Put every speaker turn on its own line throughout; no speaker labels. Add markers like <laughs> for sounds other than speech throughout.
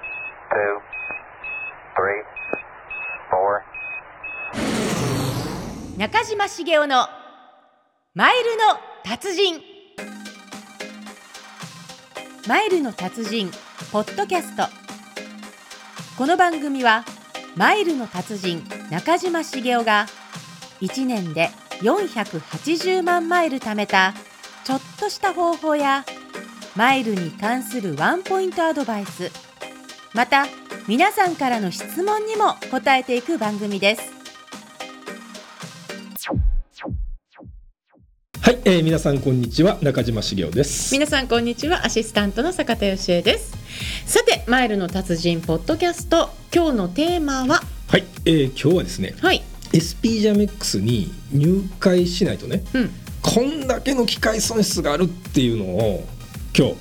two, three, four.
中島茂雄のマイルの達人マイルの達人ポッドキャストこの番組はマイルの達人中島茂雄が1年で480万マイル貯めたちょっとした方法やマイルに関するワンポイントアドバイスまた皆さんからの質問にも答えていく番組です
はい、えー、皆さんこんにちは中島茂雄です。
皆さんこんにちはアシスタントの坂田芳恵ですさてマイルの達人ポッドキャスト今日のテーマは
はい、えー、今日はですね
はい
SP ジャメックスに入会しないとね、
うん
こんだけの機械損失があるっていうのを今日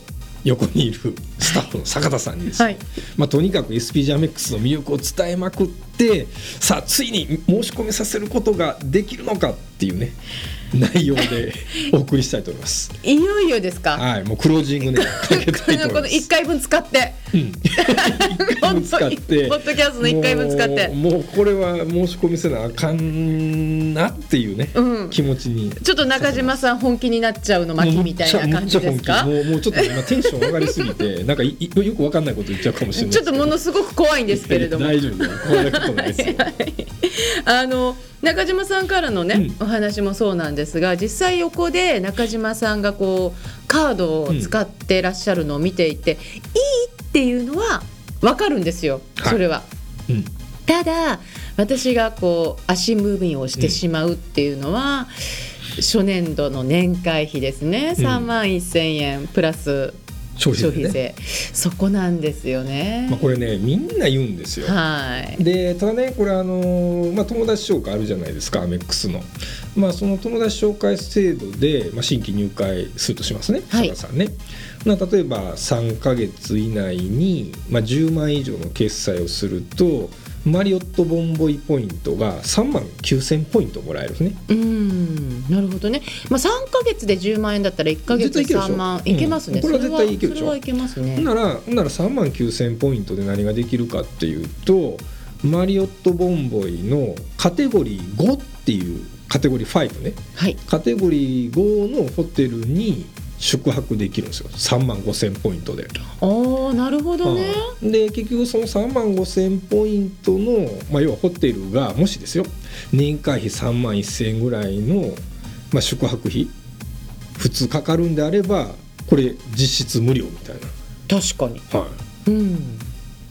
横にいるスタッフの坂田さんにですね、
い
まあ、とにかく SP ジャメックスの魅力を伝えまくってさあついに申し込みさせることができるのかっ
<laughs>
ていうね内容でお送りしたいと思います。
いよいよですか
はい、もうクロージングねかけたいと思
<laughs> この
いま
一
す。
回分使って
うん、一回も使って
ポッドキャストの一回分使って
もうもうこれは申し込みせなあかんなっていうね、
うん
気持ちに
ちょっと中島さん本気になっちゃうの巻きみたいな感じですか
もうもうちょっと今テンション上がりすぎてなんかいいよくわかんないこと言っちゃうかもしれない
ちょっとものすごく怖いんですけれども
大丈夫だよこんなことないです
<laughs>
よ
あの中島さんからのね、
うん
お話もそうなんですが実際横で中島さんがこうカードを使ってらっしゃるのを見ていて、いいっていうのは分かるんですよ
はい
それは。
うん
ただ私がこう足ムービンをしてしまうっていうのは、初年度の年会費ですね
うん
3万1,000円プラス
消
消
費
費
税、ね
税、そこなんですよね
まあ、。これねみんな言うんですよ、
はい、
でただねこれあのーまあ、友達紹介あるじゃないですかアメックスの、まあ、その友達紹介制度で、まあ、新規入会するとしますね
はい
佐田さんね、まあ例えば3ヶ月以内に、まあ、10万円以上の決済をするとマリオットボンボイポイントが3万9000ポイントもらえるんですね
うんなるほどね、まあ、3か月で10万円だったら1か月
絶対いけるでしょ
3万いけますね、
うんこれは絶対いけるでしょ
それはいけます
ほん
ね
ならほんなら3万9000ポイントで何ができるかっていうとマリオットボンボイのカテゴリー5っていうカテゴリー5ね
はい
カテゴリー5のホテルに宿泊できるんですよ3万5000ポイントで。
ああなるほどね
うんで結局その3万5000ポイントの、まあ、要はホテルがもしですよ年会費3万1000円ぐらいの、まあ、宿泊費普通かかるんであればこれ実質無料みたい
確かに
な。は
うん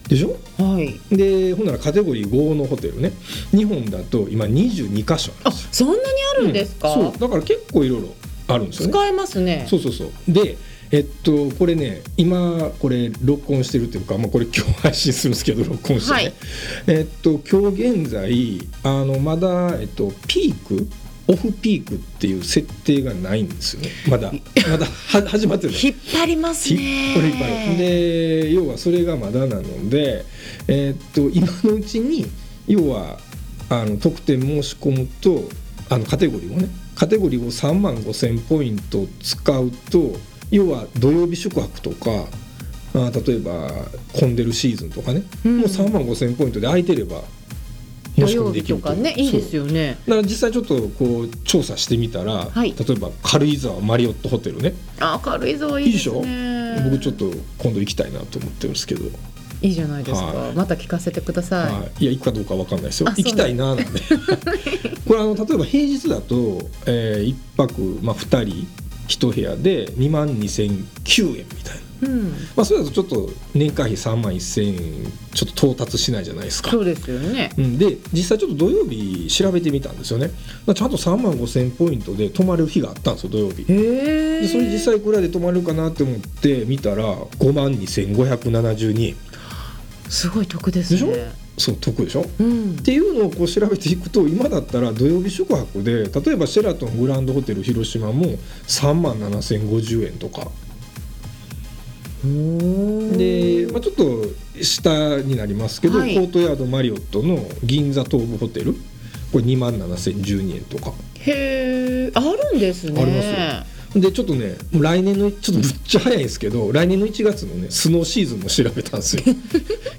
い、でしょ
はい
でほんならカテゴリー5のホテルね日本だと今22箇所あ
あ
るんですよ
そんなにあるんですか、
うんそうだから結構いろいろあるんですよね
使えますね
そうそうそうでえっとこれね今これ録音してるというか、まあ、これ今日配信するんですけど <laughs> 録音してね、
はい
えっと今日現在あのまだ、えっと、ピークオフピークっていう設定がないんですよねまだまだは始まってない
引っ張りますね
これいっぱいあるで要はそれがまだなので、えーっと今のうちに要はあの特典申し込むとあのカテゴリーをねカテゴリーを3万5000ポイント使うと要は土曜日宿泊とかあー例えば混んでるシーズンとかね、
うん
もう3万5000ポイントで空いてれば
土
申し込
曜
みで
日
き
と
る
かねいいです
よ
よね
だから実際ちょっとこう調査してみたら、
はい
例えば軽井沢マリオットホテルね
あー軽井沢いいですね
いい僕ちょっと今度行きたいなと思ってるんですけど、
いいじゃないですか、
はい
また聞かせてください、
はい、いや行くかどうかわかんないですよ
あそ
行
うなん
きたいななんで
<laughs>
これあの例えば平日だと、え1泊、まあ、2人1部屋で2万2009円みたいな、
うん
まあ、それだとちょっと年会費3万1000円ちょっと到達しないじゃないですか
そうですよね
うん、で実際ちょっと土曜日調べてみたんですよねだからちゃんと3万5000ポイントで泊まれる日があったんですよ土曜日
へえ
でそれ実際ぐらいで泊まれるかなって思って見たら5万2572円
すごい得ですね
でしそう得でしょ
うん
っていうのをこう調べていくと今だったら土曜日宿泊で例えばシェラトングランドホテル広島も3万7050円とかで、
で
まあ、ちょっと下になりますけど、
はい
コートヤードマリオットの銀座東武ホテルこれ2万7012円とか
へえあるんですね
ありますでちょっとねもう来年のちょっとぶっちゃ早いんですけど来年の1月のねスノーシーズンも調べたんですよ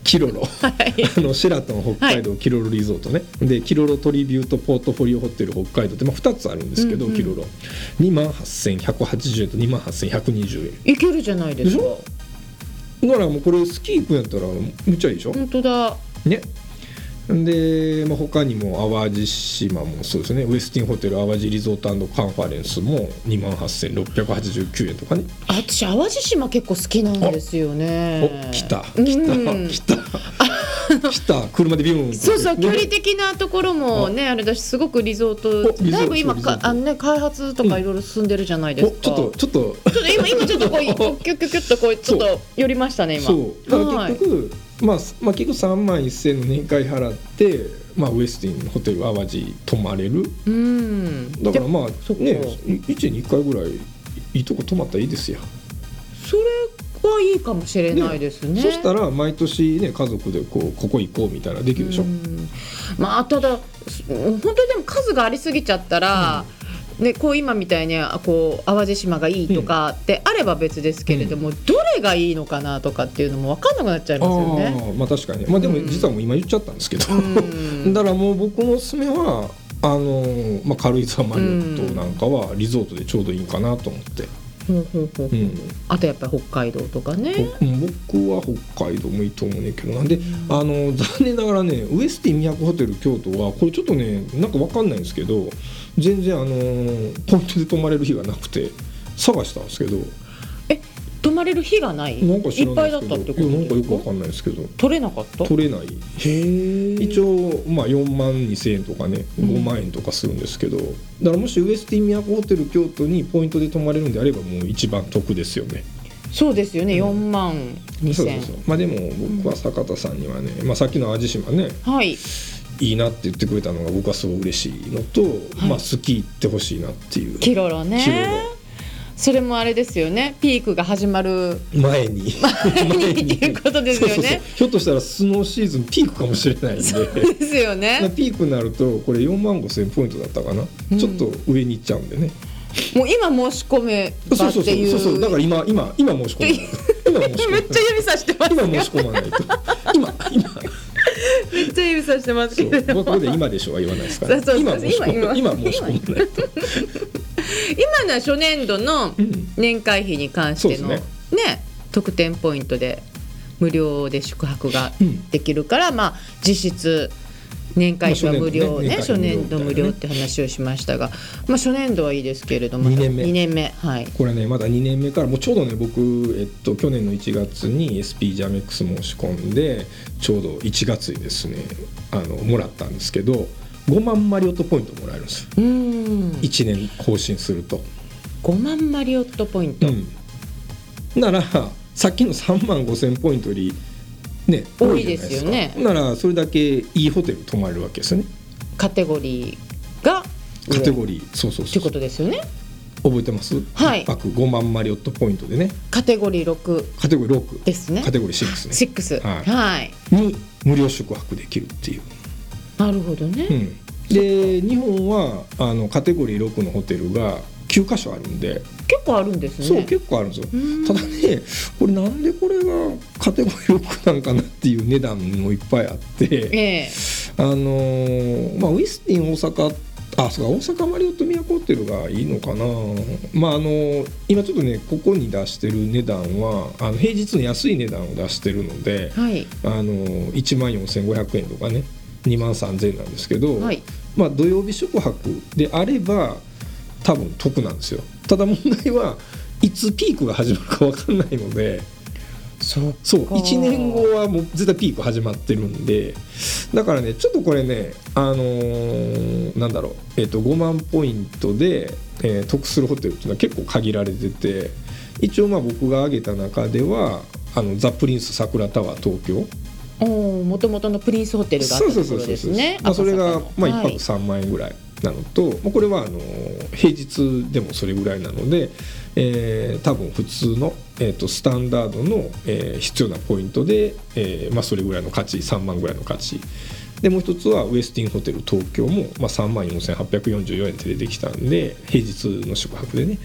キロロ、あのシェラトン北海道キロロリゾートね、でキロロトリビュートポートフォリオホテル北海道って、まあ、2つあるんですけど、
うんうん
キロロ2万8180円と2万8120
いけるじゃないですか
でし円ならもうこれスキー行くんやったらむっちゃいいでしょ、
本当だ
ねで、まあ、他にも淡路島もそうですねウェスティンホテル淡路リゾートカンファレンスも2万8689円とかね
あ私淡路島結構好きなんですよね
お来た
うん
来た、来た来た車でビューン
そうそう
ね
距離的なところもねあれだしすごくリゾート
おリゾート
だいぶ今
リゾ
か
ート
あの、ね、開発とかいろいろ進んでるじゃないで
お
すか
ちょっとちょっと
ちょっと今今ちょっとこうキュッキュッキュッとこうちょっと寄りましたね今
そうだから
はい
結局、まあまあ結局3万1000円の年会払って、まあ、ウェスティンホテル淡路泊まれる
うん
だから
で
まあ
そっか
ね1に1回ぐらいいいとこ泊まったらいいですよ
それはいいかもしれないですね
そしたら毎年ね家族でこうここ行こうみたいなできるでしょ、
うんまあただす本当にでも数がありすぎちゃったら、ね、こう今みたいにあこう淡路島がいいとかってあれば別ですけれども、どれがいいのかなとかっていうのも分かんなくなっちゃいますよね。
ああまあ確かにねまあでも
うん
実はもう今言っちゃったんですけど、
うん
<laughs> だからもう僕のおすすめはあのーまあ、軽井沢マリオットなんかはリゾートでちょうどいいかなと思って、
ほうほうほう
うん
あとやっぱり北海道とかね。
ぼ僕は北海道もいいと思うねんけどなんで、あのー残念ながらねウエスティン都ホテル京都はこれちょっとねなんかわかんないんですけど全然あのーポイントで泊まれる日がなくて探したんですけど
泊まれる日がない
なんか知
い
ら
っ
な
ぱ
い
いだ
で
っ
す
たって
け
こ
どいやなんか
と
よ
で
くわ
す
か
か
んないですけど
取れなかった
取れない一
一
応、まあ、4万2000円とかね
うん
5万円とかするんですけど、だからもしウエスティン都ホテル京都にポイントで泊まれるんであればもう一番得ですよね
そうですよね、
うん
4万2
そう
千
そうそうまあでも僕は坂田さんにはね、まあ、さっきの淡路島ね
はい
いいなって言ってくれたのが僕はすごい嬉しいのと、
はい
まあ好き行ってほしいなっていう
キロロね
キロロ
それもあれですよねピークが始まる
前に <laughs>
<laughs>
前
にっていうことですよね
そうそうそうひょっとしたらスノーシーズンピークかもしれないん
<laughs>
で
ですよね
ピークになるとこれ4万5千ポイントだったかな、
うん
ちょっと上に行っちゃうんでね
もう今申し込め
そ
ば
う
っ
そうそう
ていう
そうそうだから今今今申し込
<laughs>
まない今申し込ま
め
な
っちゃ指さしてます
い今申し込まないと今今
めっちゃ指さしてますけれ
そう
ど
僕
も
はで今でしょうは言わないですから、
そうそう
今申し込まない
今
今申し込まないと、
今のは初年度の
うん、
年会費に関しての
そう
ね
で
特典ポイントで無料で宿泊が
うん
できるから、まあ実質年会費は
まあ
無
初年度
料
ね
ね,、初年
年
度
会費無料
無料って話をしましたが、まあ、初年度はいいですけれども
二年目
二年目はい
これねまだ2年目からもうちょうどね僕、えっと、去年の1月に SP ジャメックス申し込んでちょうど1月にですねあのもらったんですけど5万マリオットポイントもらえるんですよ
うーん
1年更新すると。
5万マリオットポイント、
うん、ならさっきの3万5,000ポイントよりね
多い
じゃな
ですよね
ならそれだけいいホテル泊まれるわけですよね
カテゴリーが
カテ
リーっ
ゴリーそうそう
て
そう
ことですよね
覚えてます
はい
1泊5万マリオットポイントでね
カテゴリー6
カテゴリー6
ですね
カテゴリー6ね
6
は
はいい、
に無料宿泊できるっていう、
なるほど
う
ね、
ん、で日本はあのカテゴリー6のホテルが9か所あるんで、
結構あるんですね
そう結構あるんですよ
うん
ただねこれなんでこれがカテゴリー6なんかなっていう値段もいっぱいあって
ええ
あのーまあ、ウィスティン大阪あそうか大阪マリオット都ホテルがいいのかな、まああのー今ちょっとねここに出してる値段はあの平日の安い値段を出してるので、
はい
あのー、1万4500円とかね2万3000円なんですけど、
はい
まあ、土曜日宿泊であれば多分得なんですよただ問題はいつピークが始まるか分かんないので。
そう
そう
か
1年後はもう絶対ピーク始まってるんでだからねちょっとこれねあのーなんだろう、えっと5万ポイントで、えー得するホテルっていうのは結構限られてて一応まあ僕が挙げた中ではあのザ・プリンス桜タワー東京
おもともとのプリンスホテルがあったところですね
まあ、それが、まあ、1
一
泊3万円ぐらいなのと、まあこれはあの平日でもそれぐらいなので、えー多分普通の、えー、とスタンダードの、えー必要なポイントで、えーまあ、それぐらいの価値3万ぐらいの価値でもう一つはウエスティンホテル東京も、まあ、3万4844円で出てきたんで平日の宿泊でね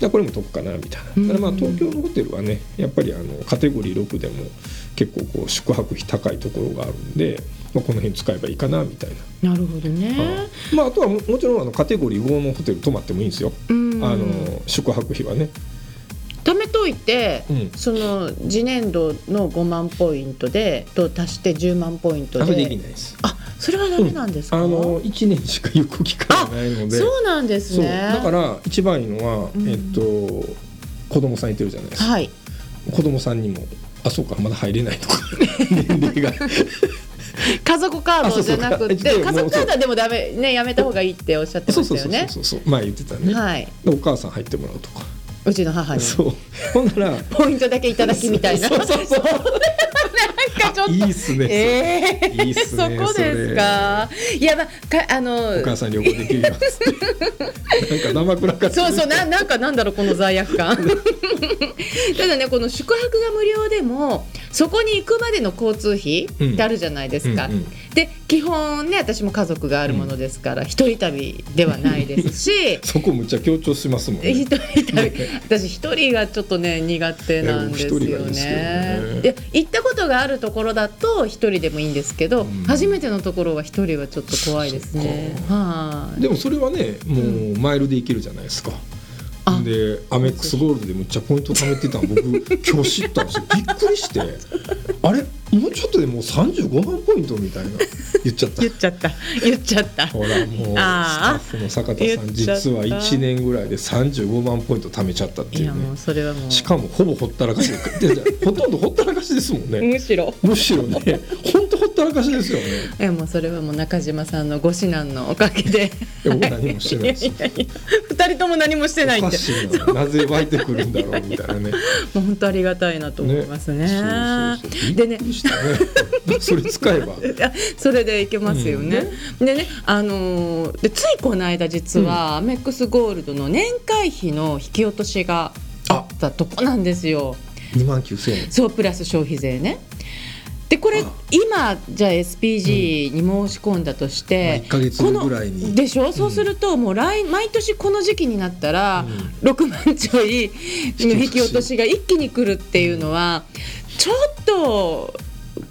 だからこれも得かなみたいなただまあ東京のホテルはねやっぱりあのカテゴリー6でも結構こう宿泊費高いところがあるんで、まあ、この辺使えばいいかなみたいな。
なるほどね。
まあ、あとはももちろんあのカテゴリー5のホテル泊まってもいいんですよ、
うん
あの宿泊費はね
貯めといて、
うん
その次年度の5万ポイントでと足して10万ポイント
あ
で
れできないです
あそれはダメなんですか、
あの1年しか有効期間がないので
そうなんです
そう
ね
だから一番いいのは、
うん
えっと子供さんいてるじゃないですか
はい
子供さんにもあそうかまだ入れ
<laughs>
ないとか年齢が
家族カードじゃなくて
あそうそう
家族カードはでもダメねやめた方がいいっておっしゃってま
そう
し
そう
たよ
そう
ね
そうそう前言ってたね、
はい
でお母さん入ってもらうとか、
うちの母に
そうほんなら
ポイントだけいただきみたいな
そうそうそう
なんかちょっと
いいっすね、
ええ
いいっすね
そこですかいやまあかあの
お母さん旅行できるよっ
<laughs>
つってなんか生暗かった
そうそうななんかなんだろうこの罪悪感 <laughs> ただねこの宿泊が無料でもそこに行くまでの交通費ってあるじゃないですか、
うんうん
で基本ね私も家族があるものですから、一人旅ではないです
<laughs>
し
そこむっちゃ強調しますもん
一
ね
人
<laughs>
旅私一人がちょっとね苦手なんですよ
いや僕一人がいいですけ
ね
どね
で行ったことがあるところだと一人でもいいんですけど、
うん
初めてのところは一人はちょっと怖いですね
そっ
はい、
でもそれはねもうマイルでいけるじゃないですか、
あ
でアメックスゴールドでむっちゃポイント貯めてたの僕今日知ったんですよびっくりしてあれもうちょっとでもう35万ポイントみたいな言っちゃった
言っちゃった言っちゃった
ほらもうスタッ
あー
フの坂田さん
言っちゃった
実は1年ぐらいで35万ポイント貯めちゃったって
い
い
や
う
もう
ね
それはもう
しかもほぼほったらかしでで
<laughs>
ほとんどほったらかしですもんね
むしろ
むしろねほんとほったらかしですよね
<laughs> いやもうそれはもう中島さんのご指南のおかげで
いや僕何もしてないで
<laughs>
す
いやいやいや二人とも何もしてない
お
っ
か
て
しいななぜ湧いてくるんだろうみたいなね
もう本当ありがたいなと思いますね
そうそうそう
でね
びっくりしたねそれ使えば
あ <laughs> それでいけますよね。でね、あのーでついこの間実は、アメックスゴールドの年会費の引き落としがあったとこなんですよ。
2万9000円
そうプラス消費税ね。でこれ
あ
今じゃあ SPG に申し込んだとして、
まあ1ヶ月後ぐらいに
このでしょそうするともう来毎年この時期になったら6万ちょいの引き落としが一気に来るっていうのはちょっと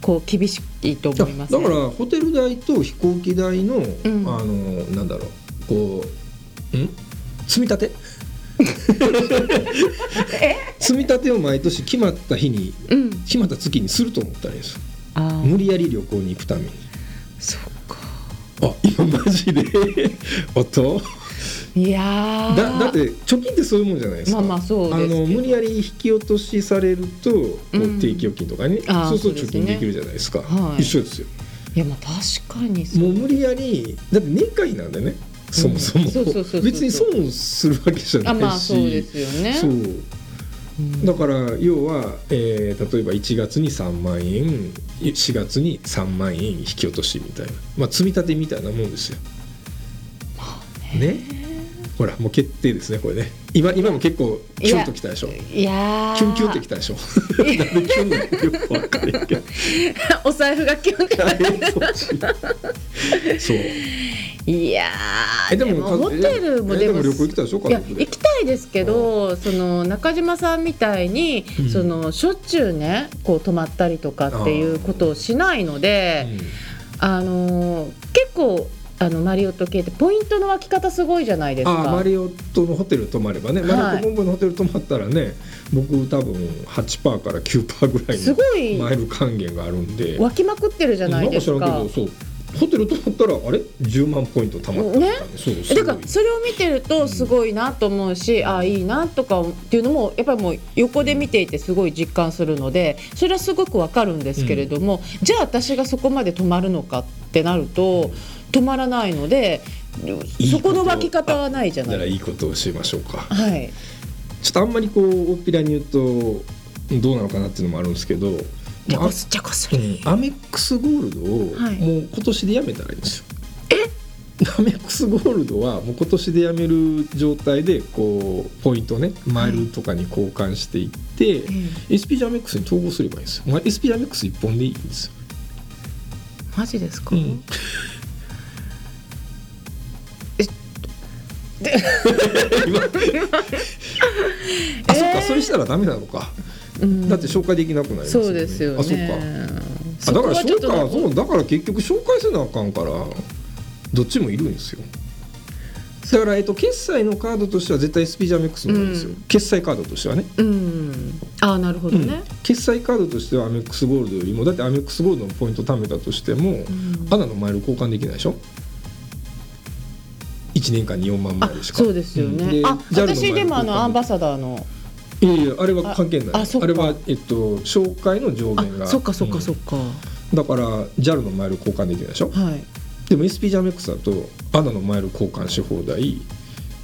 こう厳しいと思います、
だからホテル代と飛行機代の、
ん
あのなんだろうこうん積
<laughs>
み立て積み立てを毎年決まった日に
うん、
決まった月にすると思ったらいいです
あ
無理やり旅行に行くために
そっか
あ今マジで <laughs> おっと
いやー
だだって貯金ってそういうもんじゃないですか、
まあまあそうですけど
の無理やり引き落としされると、こう
うん
定期預金とかね
あー
そうすると
そう
貯
ですね
金できるじゃないですか
はい
一緒ですよ
いやまあ確かにそう
もう無理やりだって年会なんでねそもそも、
うんそうそうそうそう
別に損するわけじゃな
あ
いし
まあそうですよね
そう
うん
だから要は、えー例えば1月に3万円4月に3万円引き落としみたいな、まあ、積み立てみたいなもんですよ。ねほらもう決定ですねこれね今今も結構キュンときたでしょ
いやー
キュンキュンってきたでしょなんでキュンなのかよくわかんないけど
<laughs> お財布がキュン
<laughs>
って
そう
いやー
え
で
で
も
も
ホテルも
え
でも
でも旅行行きたでしょ
いや
家族で
行きたいですけどその中島さんみたいに、
うん
そのしょっちゅうねこう泊まったりとかっていうことをしないので、あのー結構あのマリオット系ってポイントの湧き方すごいじゃないです
ああマ
か。
リオットのホテル泊まればね、マリオット本部のホテル泊まったらね僕多分8%から9%ぐらい
すごい
のマイル還元があるんで
湧きまくってるじゃないですか。
んか知らんけどそうホテル泊まったらあれ10万ポイント貯まってたねそう
だ
すごい
からそれを見てるとすごいなと思うし、ああいいなとかっていうのもやっぱりもう横で見ていてすごい実感するのでそれはすごくわかるんですけれども、じゃあ私がそこまで止まるのかってなると止まらないので
いい
そ
こと
この湧き方はないじゃな
ないらいいことをしましょうか
はい、
ちょっとあんまりこう大っぴらに言うとどうなのかなっていうのもあるんですけど
じゃ
まあ
こすじゃこす
う
り、
んアメックスゴールドを
はい
もう今年でやめたらいいんですよ。アメックスゴールドはもう今年でやめる状態でこうポイントをねマイルとかに交換していって、
え
SPG アメックスに統合すればいいんですよ。まあ、SPG アメックス一本でいいんですよ。
マジですか、
うん今
<laughs>
あそっかそれしたらダメなのか
うん
だって紹介できなくなります
そうですよね
あそっかあだから
そこはちょっ
紹
と
介あそうだから結局紹介せなあかんからどっちもいるんですよだから、えっと、決済のカードとしては絶対スピジャメックスなんですよ、
うん
決済カードとしてはね
うんああなるほどね、
決済カードとしてはアメックスゴールドよりもだってアメックスゴールドのポイント貯めたとしても、
ん
アナのマイル交換できないでしょ1年間に4万マ
あ
イルしか
そうですよね、
うんで
あ
JAL のマイル
私でもあの
交換
アンバサダーの
いやいやあれは関係ない
あ
あ
あそっか
れは、えっと、紹介の上
あ
限が
そっかそっかそっか、
うんだから JAL のマイル交換できないでしょ
はい
でも SP ジャメックスだとアナのマイル交換し放題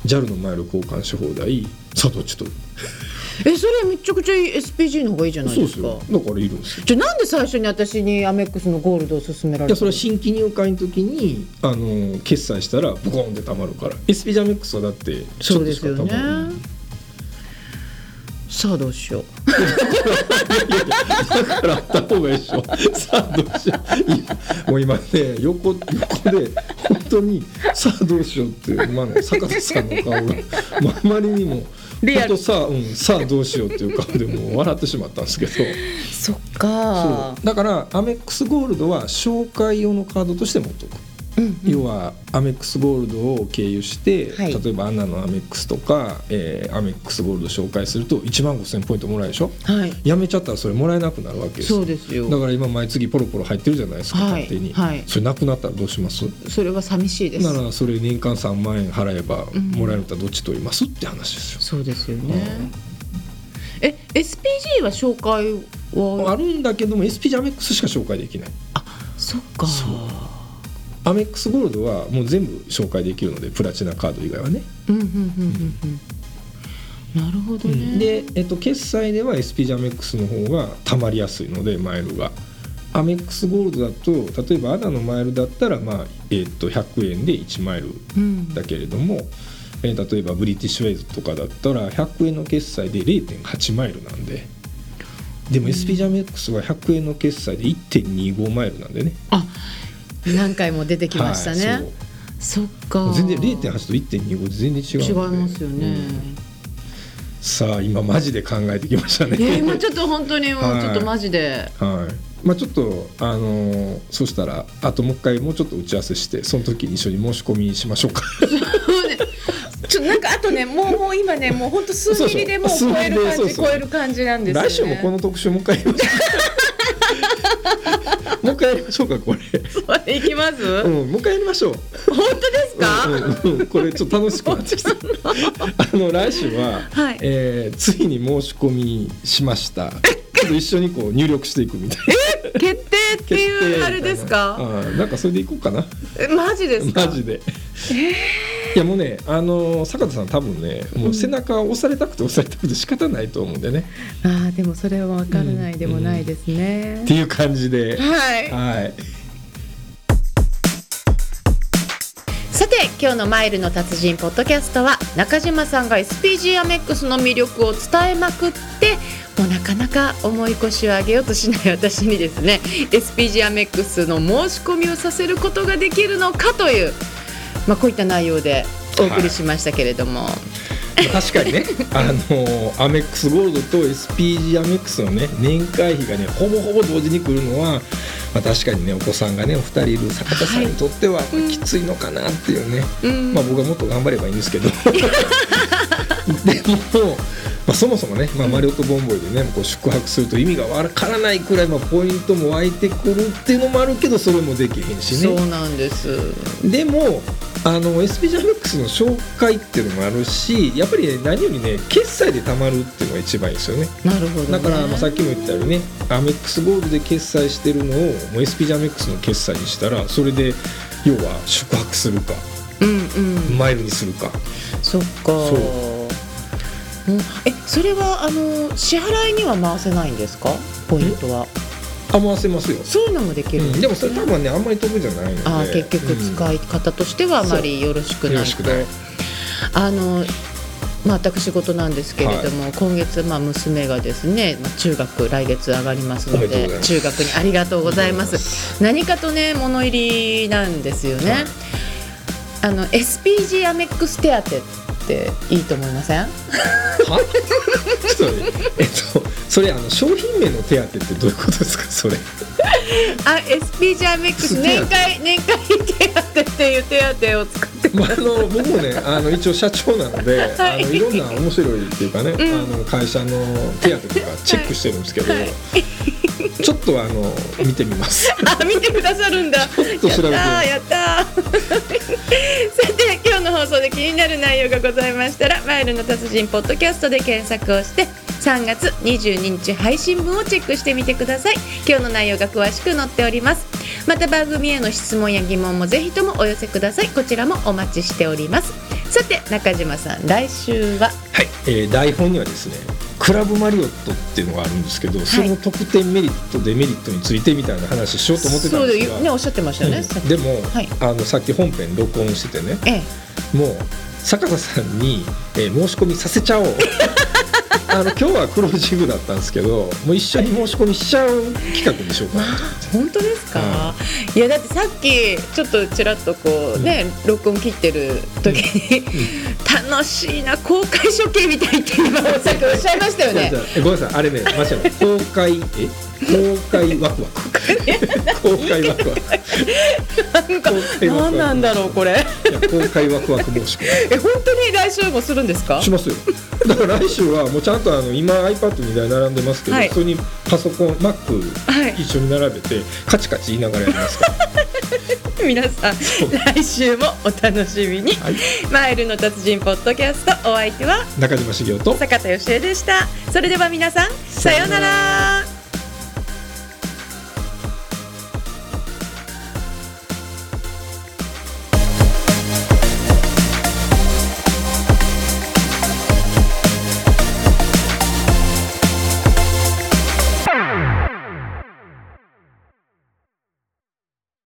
JAL のマイル交換し放題佐藤ちょっ
えそれめちゃくちゃ SPG の方がいいじゃ
と
ない
そう
で
です
す
よ
か
だからいるんですよ
じゃあなんで最初に私にアメックスのゴールドを勧められたの
いやそれは新規入会の時にあの決済したらボコンってたまるから SP ジャメックスはだってち
そ
ょ
う
っと
で
し
す
か
よ
たま
ね
らない
さあどうしよう
だからあった方がいいでしょさあどうしようもう今ね横横で本当にさあどうしようっていう、まあね、坂田さんの顔がまああまりにも
リア
本
ル
当さあ、うん、さあどうしようっていう顔でもう笑ってしまったんですけど
そっ
そ
か
うだからアメックスゴールドは紹介用のカードとして持っておく。
うんうん
要はアメックスゴールドを経由して、
はい
例えばアンナのアメックスとか、えーアメックスゴールド紹介すると1万5,000ポイントもらえるでしょ
はい
やめちゃったらそれもらえなくなるわけですよ
そうですよ
だから今毎月ポロポロ入ってるじゃないですか、
はい
勝手に、
はい
それなくなったらどうします
それは寂しいです
ならそれ年間3万円払えば
ん
もらえるんだったらどっち取りますって話ですよ、
そうですよね、え SPG は紹介は
あるんだけども SP じゃアメックスしか紹介できない
そっか
そアメックスゴールドはもう全部紹介できるのでプラチナカード以外はね、
うんうんうんうんうんなるほどね、
で、えっと、決済では SP ジャメックスの方がたまりやすいのでマイルがアメックスゴールドだと例えばアナのマイルだったら、まあえっと、100円で1マイル
うん、
だけれども、えー例えばブリティッシュウェイズとかだったら100円の決済で0.8マイルなんででも SP ジャメックスは100円の決済で1.25マイルなんでね
あ何回も出てきましたね、
はい
そっ
そ
か
う全然0.8と1.25で全然違
違いう
ので
ますよね、
うんさあ今マジで考えてきましたね
えー、今ちょっと本当にもう
はい
ちょっとマジで、
<laughs> はいまあ、ちょっと、あのーそうしたらあともう一回もうちょっと打ち合わせしてその時に一緒に申し込みしましょうか
ちょっとなんかあとねもうもう今ねもう本当数ミリでもう
そうそう
超える感じ
数ミリでそうそう
超える感じなんですよね
<laughs> 来週も
<laughs>
この特集もう一回やりましょ
<laughs>
うもう一回やりましょうかこれ、
これいきます、
うん
本、
もう一回やりましょう
当ですか、
うんうんうん、これちょっと楽しく
<laughs>
なってきたあの来週は、
はい
えーついに申し込みしましたちょっと一緒にこう入力していくみたいな
決定っていうあれです
あ
か
ーなんかそれでいこうかな
えマジですか
マジで、いやもうねあの坂田さん多分ねもう背中を押されたくて押されたくて仕方ないと思うんでね、
あーでもそれは分からないでもないですね
っ、ていう感じで、
はい
はい
さて今日の「マイルの達人」ポッドキャストは中島さんが SPG アメックスの魅力を伝えまくってもうなかなか重い腰を上げようとしない私にですね SPG アメックスの申し込みをさせることができるのかという、まあ、こういった内容でお送りしましたけれども、
確かに <laughs> ねあのアメックスゴールドと SPG アメックスのね年会費がねほぼほぼ同時に来るのは、まあ、確かにねお子さんがねお二人いる坂田さんにとっては、まあきついのかなっていうね、
うん
まあ僕はもっと頑張ればいいんですけどでも、まあ、そもそもね、まあ、マリオットボンボイでねこう宿泊すると意味がわからないくらい、まあ、ポイントも湧いてくるっていうのもあるけどそれもできへんしね。
そうなんです
でもあの SP ジャムックスの紹介っていうのもあるしやっぱり、ね、何よりね決済で貯まるっていうのが一番いいですよね
なるほど、ね、
だから、まあ、さっきも言ったようにねアメックスゴールドで決済してるのをもう SP ジャムックスの決済にしたらそれで要は宿泊するか
うんうん、
マイルにするか
そっか
そう
うんえそれはあの支払いには回せないんですかポイントは
あ回せますよ、
そういうのもでき
う
るん
ん、
すね
でもそれ多分ねあんまり得じゃないので
あー結局使い方としてはあまりよろしく
うんよ
な
ろ
い
しく
と、
ない
あのまあ、私事なんですけれども、今月、まあ、娘がですね、まあ、中学来月上がりますの
おめでとうござい
で
ます
中学にありがとうございます何かとね物入りなんですよね、あの SPG アメックス手当っていいと思いま <laughs> せん
は <laughs> ちょっとねえっとそれあの商品名の手当てってどういうことですかそれ
あ SPG アメックス年会年会手当っていう手当を作って
まあ、あの僕もねあの一応社長なので、
はい
あのいろんな面白いっていうかね、
ん
あの会社の手当とかチェックしてるんですけど、ちょっとあの見てみます。
あ見てくださるんだやった
と調べてみます
ーやったー <laughs> さて今日の放送で気になる内容がございましたら「マイルの達人」ポッドキャストで検索をして3月22日配信分をチェックしてみてください今日の内容が詳しく載っておりますまた番組への質問や疑問もぜひともお寄せくださいこちらもお待ちしておりますさて中島さん来週は
はい、えー台本にはですねクラブマリオットっていうのがあるんですけど、その得点メリットデメリットについてみたいな話しようと思ってたんですが、
ねおっしゃってましたよね、さっ
う
き
んでも、
はい
あのさっき本編録音しててね
ええ
もう坂田さんに、えー申し込みさせ
<laughs>
ちゃおうあの今日はクロージングだったんですけどもう一緒に申し込みしちゃう企画にしようかな
本当ですか、いやだってさっきちょっとちらっとこうね、録音切ってる時に、楽しいな公開処刑みたいって今さっきおっしゃいましたよ
じゃあ
ね
じゃあえごめんなさいあれね間違えた公開え公開ワクワク公開ワクワク
なんか何なんだろうこれ
いや公開ワクワク申し込み
え本当に来週もするんですか
しますよだから来週はもうちゃんとあの今 iPad2 台並んでますけど、
はい
それにパソコン Mac
はい
一緒に並べてカチカチ言いながらやりますから
皆さん来週もお楽しみに、
はい
マイルの達人ポッドキャストお相手は
中島茂雄と
坂田芳恵でしたそれでは皆さんさようなら